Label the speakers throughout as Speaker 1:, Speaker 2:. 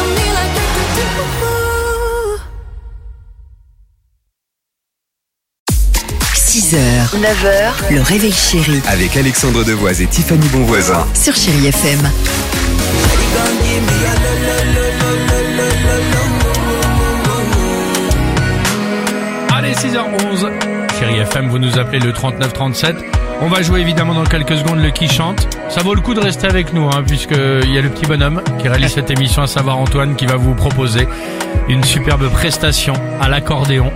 Speaker 1: on me like do, do, do, do.
Speaker 2: 6h, 9h, le réveil chéri
Speaker 3: Avec Alexandre Devoise et Tiffany Bonvoisin.
Speaker 2: sur Chérie FM.
Speaker 4: Allez, 6h11. Chérie FM, vous nous appelez le 3937. On va jouer évidemment dans quelques secondes le qui chante. Ça vaut le coup de rester avec nous, hein, puisqu'il y a le petit bonhomme qui réalise cette émission, à savoir Antoine, qui va vous proposer une superbe prestation à l'accordéon,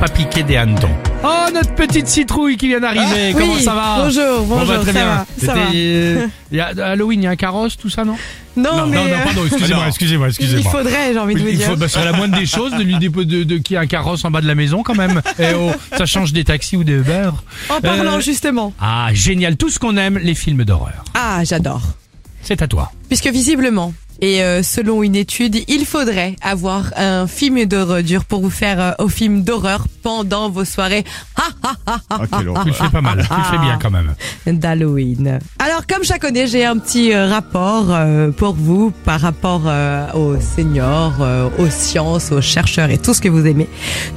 Speaker 4: pas piqué des hannetons. Ah, Oh, notre petite citrouille qui vient d'arriver, comment
Speaker 5: Oui,
Speaker 4: ça va
Speaker 5: Bonjour,
Speaker 4: Bon,
Speaker 5: bonjour,
Speaker 4: bah, très
Speaker 5: ça
Speaker 4: bien.
Speaker 5: va, ça va.
Speaker 4: C'était, euh, il y a Halloween, il y a un carrosse, tout ça, non Oh,
Speaker 5: Non, mais euh,
Speaker 4: pardon, excusez-moi, excusez-moi,
Speaker 5: il faudrait, j'ai envie de vous
Speaker 4: Il
Speaker 5: dire.
Speaker 4: faut, bah, ce serait la moindre des choses de lui dépo- de, de, qu'il y ait un carrosse en bas de la maison quand même. Et oh, ça change des taxis ou des Uber.
Speaker 5: En parlant
Speaker 4: Euh,
Speaker 5: justement.
Speaker 4: Ah, génial, tout ce qu'on aime, les films d'horreur.
Speaker 5: Ah, j'adore.
Speaker 4: C'est à toi.
Speaker 5: Puisque visiblement, et euh, selon une étude, il faudrait avoir un film d'horreur dur pour vous faire euh, au film d'horreur pendant vos soirées
Speaker 6: Ah,
Speaker 4: Tu le fais pas mal, tu le fais bien quand même.
Speaker 5: d'Halloween. Alors, comme chaque année, j'ai un petit euh, rapport euh, pour vous par rapport euh, aux seniors, euh, aux sciences, aux chercheurs et tout ce que vous aimez,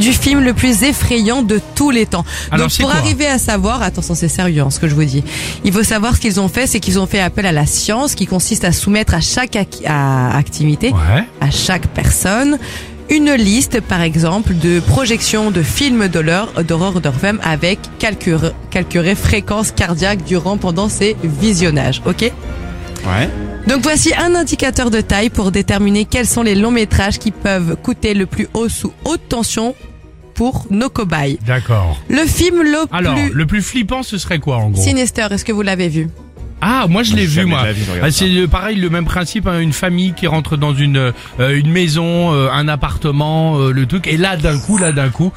Speaker 5: du film le plus effrayant de tous les temps.
Speaker 4: Alors,
Speaker 5: Donc,
Speaker 4: c'est
Speaker 5: pour
Speaker 4: quoi
Speaker 5: arriver à savoir, attention, c'est sérieux hein, ce que je vous dis. Il faut savoir ce qu'ils ont fait, c'est qu'ils ont fait appel à la science, qui consiste à soumettre à chaque ac- à- activité
Speaker 4: Ouais.
Speaker 5: à chaque personne une liste, par exemple, de projections de films d'horreur, d'horreur, d'horreur femme avec calcul- calculée fréquence cardiaque durant pendant ces visionnages, ok
Speaker 6: Ouais.
Speaker 5: Donc voici un indicateur de taille pour déterminer quels sont les longs métrages qui peuvent coûter le plus haut sous haute tension pour nos cobayes.
Speaker 4: D'accord.
Speaker 5: Le film le
Speaker 4: Alors,
Speaker 5: plus...
Speaker 4: le plus flippant, ce serait quoi en gros
Speaker 5: Sinister, est-ce que vous l'avez vu
Speaker 4: Ah, moi je l'ai vu
Speaker 6: Jamais de
Speaker 4: moi.
Speaker 6: la vie, je regarde
Speaker 4: Ah,
Speaker 6: ça.
Speaker 4: C'est le- pareil, le même principe, hein, une famille qui rentre dans une euh, une maison, euh, un appartement, euh, le truc, et là d'un coup, là d'un coup,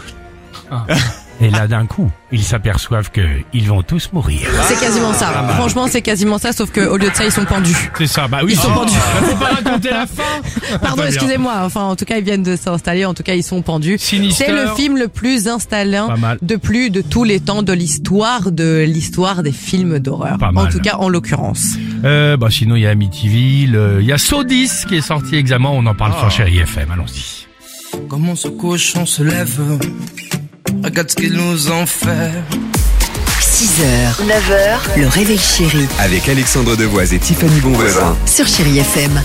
Speaker 4: Ah. et là d'un coup, ils s'aperçoivent que ils vont tous mourir.
Speaker 5: C'est quasiment
Speaker 4: Ah,
Speaker 5: ça. Franchement, c'est quasiment ça, sauf qu'au lieu de ça, ils sont pendus.
Speaker 4: C'est ça, bah oui.
Speaker 5: Ils sont
Speaker 4: c'est-
Speaker 5: pendus.
Speaker 4: Bah, faut pas raconter la fin. Très
Speaker 5: Pardon,
Speaker 4: bien.
Speaker 5: excusez-moi. Enfin, en tout cas, ils viennent de s'installer. En tout cas, ils sont pendus.
Speaker 4: Sinister.
Speaker 5: C'est le film le plus installant
Speaker 4: Pas mal.
Speaker 5: de plus de tous les temps de l'histoire de l'histoire des films d'horreur.
Speaker 4: Pas mal.
Speaker 5: En tout cas, en l'occurrence.
Speaker 4: Euh, bah sinon il y a Amityville, euh, il y a Saw 10 qui est sorti examen, on en parle
Speaker 5: Ah.
Speaker 4: sur Chéri FM, allons-y.
Speaker 7: Comme on se couche, on se lève. Regarde ce qu'il nous en fait.
Speaker 2: 6h, 9h, le réveil chéri
Speaker 3: Avec Alexandre Devoise et Tiffany Bonvoisin.
Speaker 2: sur Chérie FM.